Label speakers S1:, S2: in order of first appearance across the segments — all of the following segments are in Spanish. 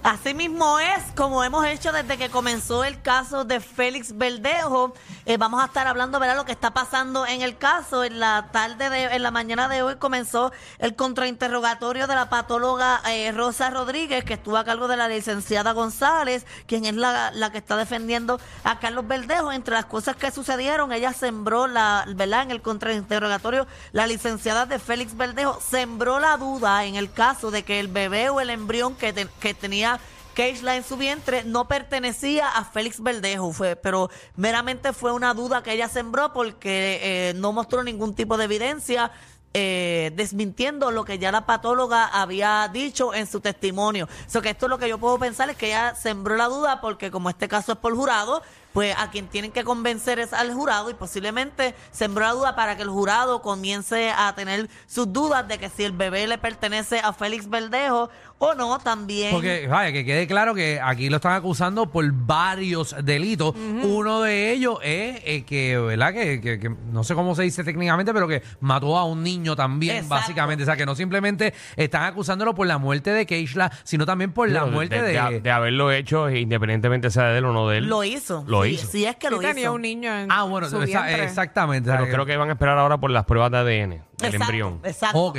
S1: Así mismo es, como hemos hecho desde que comenzó el caso de Félix Verdejo. Eh, vamos a estar hablando, ¿verdad?, lo que está pasando en el caso. En la tarde, de, en la mañana de hoy comenzó el contrainterrogatorio de la patóloga eh, Rosa Rodríguez, que estuvo a cargo de la licenciada González, quien es la, la que está defendiendo a Carlos Verdejo. Entre las cosas que sucedieron, ella sembró la, ¿verdad?, en el contrainterrogatorio, la licenciada de Félix Verdejo sembró la duda en el caso de que el bebé o el embrión que, te- que tenía Keishla en su vientre no pertenecía a Félix Verdejo, fue, pero meramente fue una duda que ella sembró porque eh, no mostró ningún tipo de evidencia. eh, desmintiendo lo que ya la patóloga había dicho en su testimonio. So que esto es lo que yo puedo pensar es que ella sembró la duda porque como este caso es por jurado, pues a quien tienen que convencer es al jurado y posiblemente sembró la duda para que el jurado comience a tener sus dudas de que si el bebé le pertenece a Félix Verdejo o no también.
S2: Porque, vaya, que quede claro que aquí lo están acusando por varios delitos. Uno de ellos es eh, que, ¿verdad? Que, que- que no sé cómo se dice técnicamente, pero que mató a un niño también,
S1: Exacto.
S2: básicamente. O sea, que no simplemente están acusándolo por la muerte de Keishla, sino también por la
S3: Digo,
S2: muerte de...
S3: de, de haberlo hecho, independientemente sea de él o no de él.
S1: Lo hizo.
S3: Lo
S1: Sí,
S3: hizo.
S1: Sí, es que
S4: Sí
S1: lo
S4: tenía
S1: hizo.
S4: un niño en
S2: Ah, bueno,
S4: su
S2: esa-
S4: vientre.
S2: exactamente. O sea,
S3: Pero
S2: que-
S3: creo que van a esperar ahora por las pruebas de ADN del
S1: Exacto,
S3: embrión.
S1: Exacto.
S2: Ok.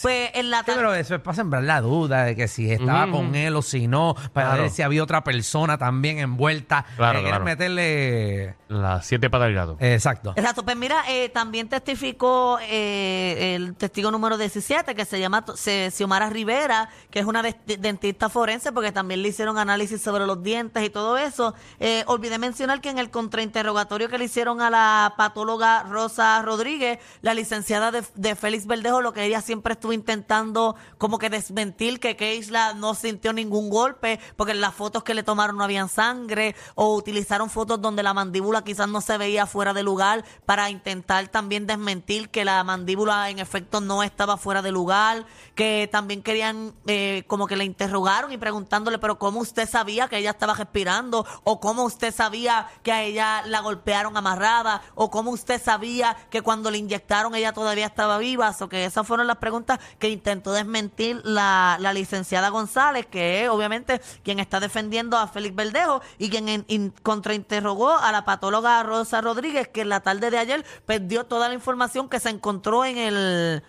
S1: Pues en la
S2: Sí,
S1: tarde.
S2: pero eso es para sembrar la duda de que si estaba con él o si no, para
S3: Claro.
S2: ver si había otra persona también envuelta.
S3: Claro,
S2: Eh, quieren
S3: claro.
S2: meterle... eh,
S3: Las siete patas del gato.
S2: Exacto.
S1: Exacto, pues mira, eh, también testificó eh, el testigo número 17, que se llama To- se- Xiomara Rivera, que es una des- dentista forense, porque también le hicieron análisis sobre los dientes y todo eso. Eh, olvidé mencionar que en el contrainterrogatorio que le hicieron a la patóloga Rosa Rodríguez, la licenciada de, de Félix Verdejo, lo que ella siempre estuvo intentando como que desmentir que Keisla no sintió ningún golpe, porque en las fotos que le tomaron no habían sangre, o utilizaron fotos donde la mandíbula quizás no se veía fuera de lugar para intentar también desmentir que la mandíbula en efecto no estaba fuera de lugar, que también querían eh, como que le interrogaron y preguntándole, pero ¿cómo usted sabía que ella estaba respirando? ¿O cómo usted sabía que a ella la golpearon amarrada? ¿O cómo usted sabía que cuando le inyectaron ella todavía estaba viva? O que esas fueron las preguntas que intentó desmentir la, la licenciada González, que es obviamente quien está defendiendo a Félix Verdejo y quien en- in- contrainterrogó a la patóloga Rosa Rodríguez, que en la tarde de ayer perdió toda la información que se encontró en el...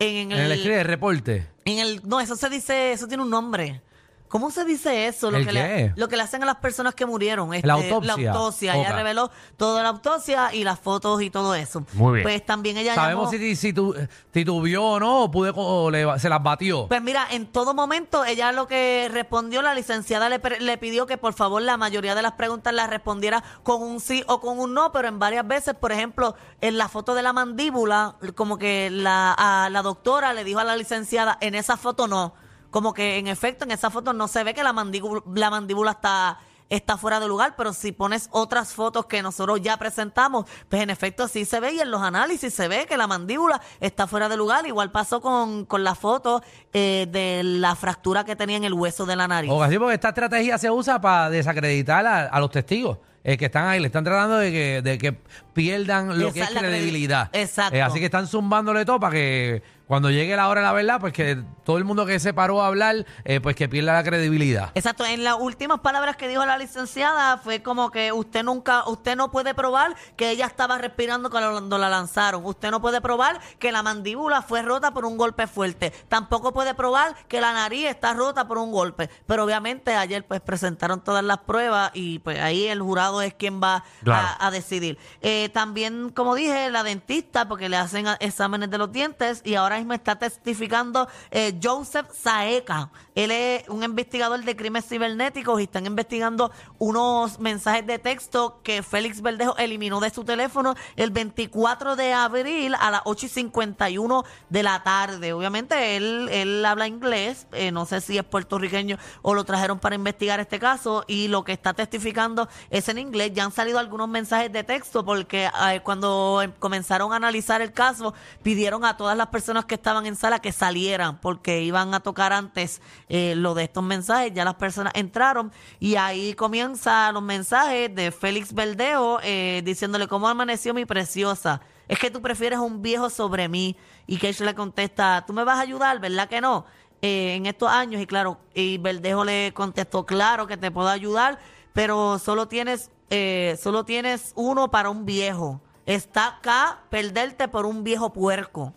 S1: En,
S2: En el escribe de reporte.
S1: en el, no, eso se dice, eso tiene un nombre. ¿Cómo se dice eso? Lo,
S2: ¿El
S1: que,
S2: qué?
S1: Le, lo que le hacen a las personas que murieron. este,
S2: autopsia?
S1: La autopsia.
S2: Ok.
S1: Ella reveló toda la autopsia y las fotos y todo eso.
S3: Muy bien.
S1: Pues también ella
S2: Sabemos
S1: llamó-
S2: si, ti- si tu- titubeó o no, o, pude, co- o le- se las batió.
S1: Pues mira, en todo momento ella lo que respondió, la licenciada le, pre- le pidió que por favor la mayoría de las preguntas las respondiera con un sí o con un no, pero en varias veces, por ejemplo, en la foto de la mandíbula, como que la, a la doctora le dijo a la licenciada, en esa foto no, como que en efecto en esa foto no se ve que la mandíbula, la mandíbula está está fuera de lugar, pero si pones otras fotos que nosotros ya presentamos, pues en efecto sí se ve y en los análisis se ve que la mandíbula está fuera de lugar. Igual pasó con, con la foto eh, de la fractura que tenía en el hueso de la nariz.
S2: O así, porque esta estrategia se usa para desacreditar a, a los testigos eh, que están ahí. Le están tratando de que, de que pierdan lo
S1: Esa
S2: que es
S1: es la credi-
S2: credibilidad.
S1: Exacto.
S2: Eh, así que están zumbándole todo para que cuando llegue la hora de la verdad, pues que todo el mundo que se paró a hablar, eh, pues que pierda la credibilidad.
S1: Exacto, en las últimas palabras que dijo la licenciada fue como que usted nunca, usted no puede probar que ella estaba respirando cuando la lanzaron, usted no puede probar que la mandíbula fue rota por un golpe fuerte, tampoco puede probar que la nariz está rota por un golpe, pero obviamente ayer pues presentaron todas las pruebas y pues ahí el jurado abogado es quien va
S2: Claro.
S1: a, a decidir. Eh, también, como dije, la dentista, porque le hacen a- exámenes de los dientes y ahora mismo está testificando eh, Joseph Saeca. Él es un investigador de crímenes cibernéticos y están investigando unos mensajes de texto que Félix Verdejo eliminó de su teléfono el 24 de abril a las 8 y 51 de la tarde. Obviamente él, él habla inglés, eh, no sé si es puertorriqueño o lo trajeron para investigar este caso y lo que está testificando es en inglés. Ya han salido algunos mensajes de texto porque eh, cuando em- comenzaron a analizar el caso pidieron a todas las personas que estaban en sala que salieran porque iban a tocar antes eh, lo de estos mensajes. Ya las personas entraron y ahí comienzan los mensajes de Félix Verdejo eh, diciéndole cómo amaneció mi preciosa. Es que tú prefieres un viejo sobre mí. Y Keisha le contesta, tú me vas a ayudar, ¿verdad que no? Eh, en estos años, y claro, y Verdejo le contestó, claro que te puedo ayudar, pero solo tienes, eh, solo tienes uno para un viejo. Está acá perderte por un viejo puerco.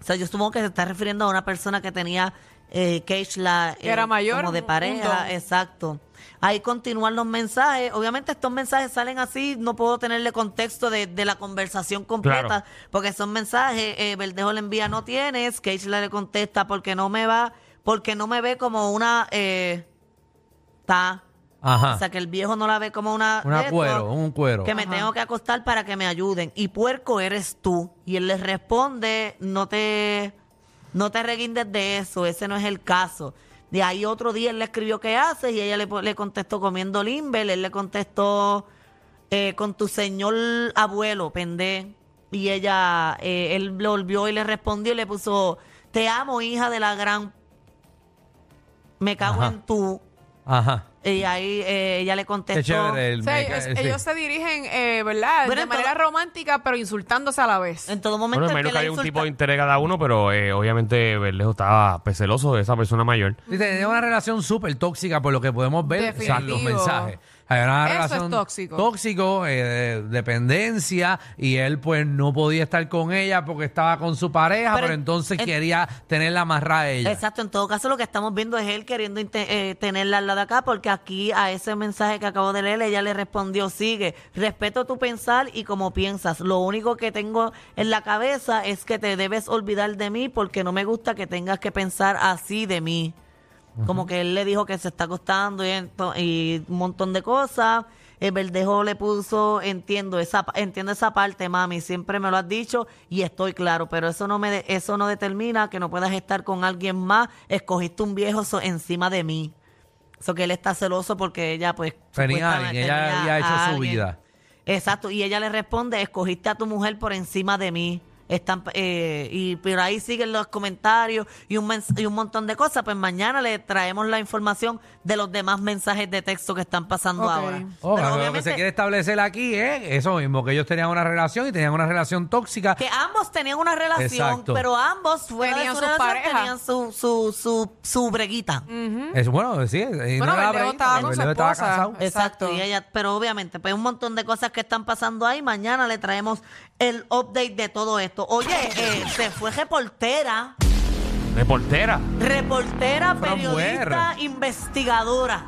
S1: O sea, yo supongo que se está refiriendo a una persona que tenía eh, Keishla
S4: Que era mayor,
S1: como de
S4: un- un
S1: pareja,
S4: don.
S1: exacto. Ahí continúan los mensajes. Obviamente estos mensajes salen así, no puedo tenerle contexto de, de la conversación completa,
S3: Claro.
S1: porque son mensajes, eh, Verdejo le envía no tienes, Keishla le contesta porque no me va, porque no me ve como una eh, ta.
S2: Ajá.
S1: O sea, que el viejo no la ve como una...
S2: Una
S1: de esto,
S2: cuero, un cuero.
S1: Que me
S4: Ajá.
S1: tengo que acostar para que me ayuden. Y puerco eres tú. Y él le responde, no te, no te reguindes de eso, ese no es el caso. De ahí otro día él le escribió qué haces y ella le, po- le contestó comiendo limber, él le contestó eh, con tu señor abuelo, pendé. Y ella, eh, él le volvió y le respondió y le puso, te amo hija de la gran, me cago
S2: Ajá.
S1: en tú.
S2: Ajá.
S1: Y ahí eh, ella le contestó.
S2: Qué chévere. El
S4: O sea,
S2: me-
S4: ellos,
S2: eh, sí.
S4: ellos se dirigen, eh, ¿verdad?
S1: Bueno,
S4: de
S1: en todo-
S4: manera romántica, pero insultándose a la vez.
S1: En todo momento.
S3: Bueno,
S1: el
S3: imagino
S1: que
S3: que
S1: la
S3: hay un
S1: insulta-
S3: tipo de interés cada uno, pero eh, obviamente Berlejo estaba pues, celoso de esa persona mayor.
S2: Sí, tenía una relación súper tóxica por lo que podemos ver
S4: Definitivo.
S2: en los mensajes. Hay una
S4: Eso es
S2: relación
S4: tóxico.
S2: Tóxico, eh, de- dependencia, y él pues no podía estar con ella porque estaba con su pareja,
S1: Pero
S2: pero,
S1: en-
S2: entonces
S1: en-
S2: quería tenerla amarrada a ella.
S1: Exacto, en todo caso lo que estamos viendo es él queriendo inte- eh, tenerla al lado de acá, porque aquí a ese mensaje que acabo de leer, ella le respondió, sigue, respeto tu pensar y como piensas, lo único que tengo en la cabeza es que te debes olvidar de mí porque no me gusta que tengas que pensar así de mí. Como que él le dijo que se está acostando y, ento- y un montón de cosas. El verdejo le puso, entiendo esa, pa- entiendo esa parte, mami, siempre me lo has dicho y estoy claro, pero eso no me de- eso no determina que no puedas estar con alguien más. Escogiste un viejo so- encima de mí. Eso que él está celoso porque ella, pues.
S2: Tenía a alguien,
S1: supuestamente
S2: ella
S1: tenía
S2: había
S1: a
S2: hecho su
S1: alguien.
S2: vida.
S1: Exacto, y ella le responde, escogiste a tu mujer por encima de mí. Están, eh, y pero ahí siguen los comentarios y un, mens- y un montón de cosas. Pues mañana le traemos la información de los demás mensajes de texto que están pasando
S4: Ok.
S1: ahora. Pero
S2: Oh, lo que se
S1: obviamente
S2: quiere establecer aquí es eso mismo, que ellos tenían una relación y tenían una relación tóxica.
S1: que ambos tenían una relación,
S2: Exacto.
S1: pero ambos fuera
S4: Tenían
S1: de su
S4: sus
S1: relación
S4: parejas.
S1: tenían su, su, su, su breguita.
S2: Es bueno, sí. eh,
S4: Bueno,
S2: no era
S4: Berlejo
S2: breguita,
S4: estaba con su
S2: Berlejo
S4: esposa.
S2: casado.
S1: Exacto.
S4: Exacto.
S1: Y ella, pero obviamente, pues un montón de cosas que están pasando ahí. Mañana le traemos el update de todo esto. Oye, eh, se fue reportera.
S3: Reportera.
S1: Reportera,
S2: Fran
S1: periodista,
S2: Mujer.
S1: investigadora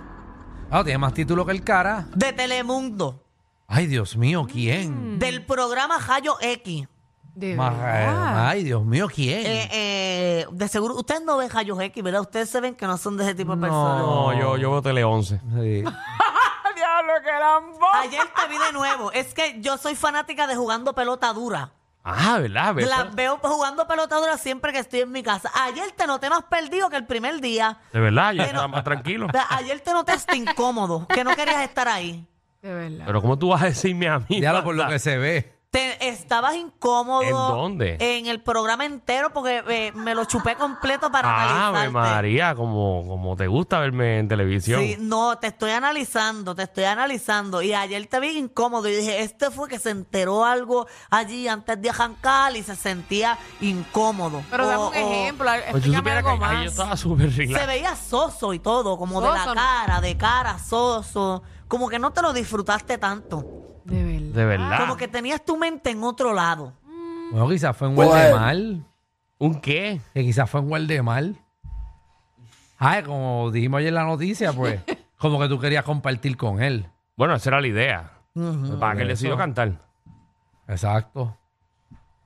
S2: Ah, tiene más título que el cara.
S1: de Telemundo,
S2: Ay, Dios mío, ¿quién?
S1: del programa Rayo X.
S4: De
S2: Más- eh,
S4: verdad.
S2: Ay, Dios mío, ¿quién?
S1: Mm. Eh, eh, de seguro, ustedes no ven Rayo X, ¿verdad? Ustedes se ven que no son de ese tipo de
S2: No.
S1: personas.
S3: No, yo, yo veo Tele 11.
S2: Sí.
S4: Diablo, que lambo.
S1: Ayer te vi de nuevo. Es que yo soy fanática de jugando pelota dura.
S3: Ah, ¿verdad? ¿Ves?
S1: Las veo jugando pelota dura siempre que estoy en mi casa. Ayer te noté más perdido que el primer día.
S3: De verdad, yo
S1: Pero-
S3: estaba más tranquilo.
S1: O sea, Ayer te noté hasta incómodo, que no querías estar ahí.
S4: De verdad.
S3: Pero ¿cómo tú vas a decirme a mí?
S2: Ya lo por lo
S3: Marta?
S2: que se ve.
S1: Te, estabas incómodo.
S3: ¿En dónde?
S1: En el programa entero porque eh, me lo chupé completo para analizarte.
S3: Ave María, Ah, como, como te gusta verme en televisión.
S1: Sí, no, te estoy analizando, te estoy analizando. Y ayer te vi incómodo y dije, este fue que se enteró algo allí antes de arrancar y se sentía incómodo.
S4: Pero dame
S1: O-
S4: un
S1: o-
S4: ejemplo,
S3: Pues tú
S4: explícame
S3: supieras que
S4: algo
S3: ahí yo
S4: más.
S3: estaba súper
S1: Se
S3: relajado.
S1: veía soso y todo, como de la
S4: Soso, ¿no?
S1: cara, de cara, soso. Como que no te lo disfrutaste tanto.
S4: De verdad.
S3: De verdad.
S1: Como que tenías tu mente en otro lado.
S2: Bueno, quizás fue en Guardemar.
S3: ¿Un qué?
S2: Que quizás fue en Guardemar. Ay, como dijimos ayer en la noticia, pues. como que tú querías compartir con él.
S3: Bueno, esa era la idea. Para que él
S2: Eso.
S3: decidió cantar.
S2: Exacto.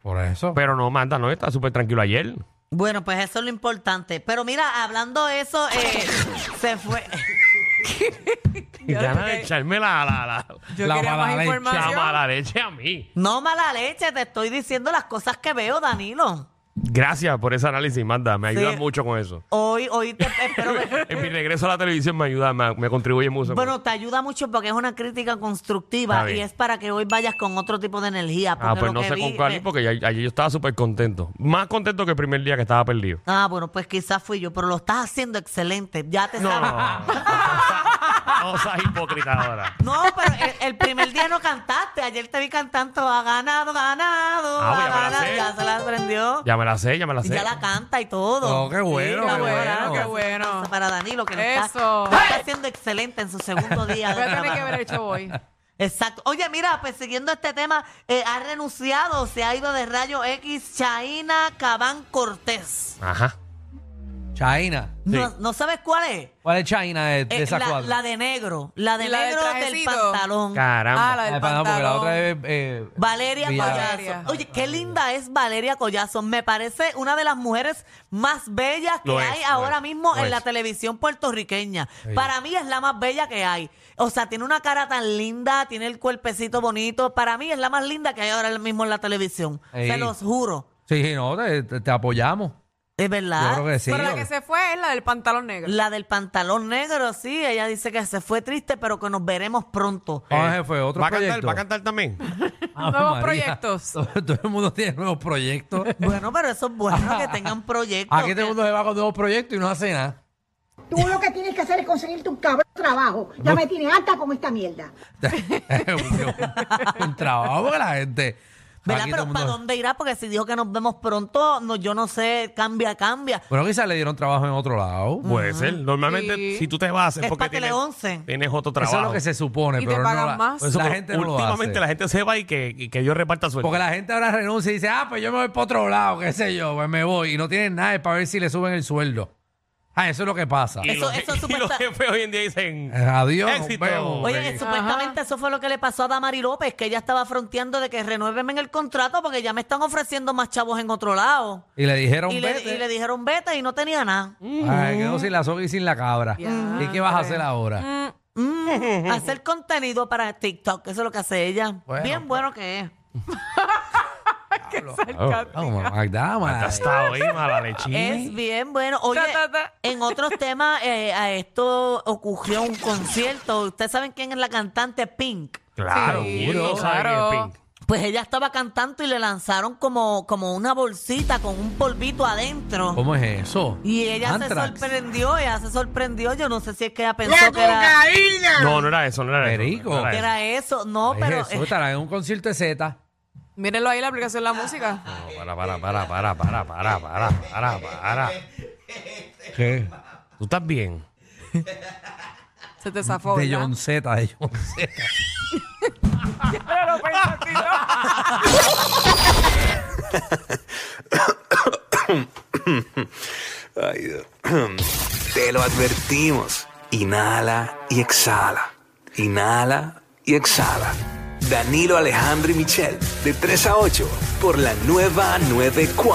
S2: Por eso.
S3: Pero no, manda, no, está súper tranquilo ayer.
S1: Bueno, pues eso es lo importante. Pero mira, hablando de eso, eh, se fue.
S3: Y ganas de echarme la, la, la,
S4: Yo
S2: La
S4: quería
S2: mala
S4: más
S2: leche.
S3: la
S4: información.
S3: mala leche a mí.
S1: No mala leche, te estoy diciendo las cosas que veo, Danilo.
S3: Gracias por ese análisis, manda. Me
S1: Sí.
S3: ayuda mucho con eso.
S1: Hoy, hoy te espero que-
S3: En mi regreso a la televisión me ayuda, me, me contribuye mucho.
S1: Bueno, te ayuda mucho porque es una crítica
S3: Está
S1: constructiva
S3: bien.
S1: y es para que hoy vayas con otro tipo de energía.
S3: ah,
S1: porque
S3: pues
S1: lo
S3: no
S1: que
S3: sé
S1: vi-
S3: con cuál, ir,
S1: me-
S3: porque ya- ayer yo estaba súper contento. Más contento que el primer día que estaba perdido.
S1: Ah, bueno, pues quizás fui yo, pero lo estás haciendo excelente. Ya te
S3: No, no,
S1: sabes.
S3: no, no seas hipócrita ahora.
S1: No, pero el, el primer día no cantaste. Ayer te vi cantando, ha ganado, ganado.
S3: Ah, pues
S1: ha
S3: ya me la
S1: ganado.
S3: sé.
S1: Ya se la aprendió.
S3: Ya me la sé, ya me la
S1: Y
S3: sé.
S1: ya la canta y todo.
S2: Oh, qué bueno,
S1: la
S4: qué
S1: buena,
S4: bueno, qué bueno.
S1: Para Danilo, que lo
S4: Eso.
S1: está, lo está haciendo excelente en su segundo día.
S4: Voy
S1: de
S4: a tener que
S1: trabajo.
S4: haber hecho hoy.
S1: Exacto. Oye, mira, pues siguiendo este tema, eh, ha renunciado, se ha ido de Rayo X, Chaina Cabán Cortés.
S3: Ajá.
S2: China.
S1: No, ¿no sabes cuál es?
S2: ¿Cuál es China de, de
S1: Eh,
S2: esas
S1: la,
S2: cuatro?
S1: la de negro, la de
S4: La del
S1: negro del
S4: trajecito.
S1: pantalón.
S3: Caramba.
S4: Ah, la
S2: Ah,
S4: del
S2: pa- no, porque la
S4: pantalón.
S2: otra es. eh,
S1: Valeria
S2: Villa-
S4: Valeria.
S1: Collazo. Oye, qué linda es Valeria Collazo. Me parece una de las mujeres más bellas que
S3: Lo es,
S1: hay
S3: lo
S1: ahora
S3: es,
S1: mismo
S3: lo
S1: en
S3: es.
S1: la televisión puertorriqueña. Para mí es la más bella que hay. O sea, tiene una cara tan linda, tiene el cuerpecito bonito. Para mí es la más linda que hay ahora mismo en la televisión.
S2: Ey.
S1: Se los juro.
S2: Sí, no, te, te- te apoyamos.
S1: Es
S2: Yo
S1: verdad.
S2: creo que sí.
S4: Pero Ah, la
S2: lo-
S4: que se fue es la del pantalón negro.
S1: La del pantalón negro, sí. Ella dice que se fue triste, pero que nos veremos pronto.
S2: Ah, jefe, otro
S3: ¿Va a
S2: proyecto.
S3: cantar, va a cantar también?
S2: Ave María.
S4: Nuevos proyectos.
S2: Todo el mundo tiene nuevos proyectos.
S1: Bueno, pero eso es bueno que tengan proyectos.
S2: Aquí todo el
S1: que-
S2: mundo se va con nuevos proyectos y no hace nada.
S5: Tú lo que tienes que hacer es conseguirte un cabrón trabajo. Ya me tienes alta con esta mierda.
S2: un, un trabajo que la gente.
S1: ¿Verdad?
S2: Aquí todo
S1: Pero
S2: el
S1: ¿para
S2: mundo-
S1: dónde irá? Porque si dijo que nos vemos pronto, no, yo no sé, cambia, cambia.
S2: Bueno, quizás le dieron trabajo en otro
S1: Mm.
S2: lado.
S3: Puede ser. Normalmente,
S4: Sí.
S3: si tú te vas, es
S1: Es
S3: porque
S1: pa' Tele
S3: tienes,
S1: 11.
S3: tienes otro trabajo.
S2: Eso es lo que se supone,
S4: Y te
S2: pero no
S4: pagan
S2: la,
S4: más.
S2: la gente no lo
S3: Últimamente
S2: hace.
S3: la gente se va y que, y que Dios reparta suerte.
S2: Porque la gente ahora renuncia y dice, ah, pues yo me voy para otro lado, qué sé yo, pues me voy. Y no tienen nada para ver si le suben el sueldo. Ah, eso es lo que pasa.
S3: y
S1: Eso-
S3: los,
S1: eso
S3: y
S1: supuesta-
S3: los jefes hoy en día dicen...
S2: Eh, Adiós. nos
S3: Éxito.
S2: vemos.
S1: Oye,
S2: Sí.
S1: que supuestamente eso fue lo que le pasó a Damari López, que ella estaba fronteando de que renuéveme en el contrato porque ya me están ofreciendo más chavos en otro lado.
S2: Y le dijeron,
S1: Y le,
S2: vete.
S1: y le dijeron vete y no tenía nada.
S2: Ay, quedó sin la soga y sin la cabra.
S4: Diantre.
S2: ¿Y qué vas a hacer ahora?
S1: Mm, hacer contenido para TikTok, eso es lo que hace ella.
S2: Bueno, pues.
S1: Bien bueno que es. Ah,
S2: Vamos, Magda, Magda.
S3: Hasta hoy, mala lechita.
S1: Es bien bueno. Oye,
S4: Ta, ta, ta.
S1: en otros temas, eh, a esto ocurrió un concierto. Ustedes saben quién es la cantante Pink.
S3: Claro,
S4: Sí,
S3: ¿quién no sabe
S4: claro.
S3: que es Pink?
S1: Pues ella estaba cantando y le lanzaron como, como una bolsita con un polvito adentro.
S2: ¿Cómo es eso?
S1: Y ella
S2: Oh, Anthrax.
S1: se sorprendió, ella se sorprendió. Yo no sé si es que ella pensó que era,
S3: No, no era eso, no era
S2: Perico.
S3: eso. no
S1: que
S3: era
S1: era eso. No,
S2: Ay,
S1: Oh, pero eh.
S2: Jesús, estará en un concierto de Z.
S4: Mírenlo ahí, la aplicación de la música.
S3: eso. No, para, para, para, para, para, para, para, para.
S2: ¿Qué?
S3: ¿Tú estás bien?
S4: Se te zafó.
S2: De
S4: ¿verdad?
S2: John Z, de John Z.
S4: Pero lo pensaste, ¿no?
S6: Ay, Dios. Te lo advertimos. Inhala y exhala. Inhala y exhala. Danilo Alejandro y Michel, de 3 a 8, por la nueva 94.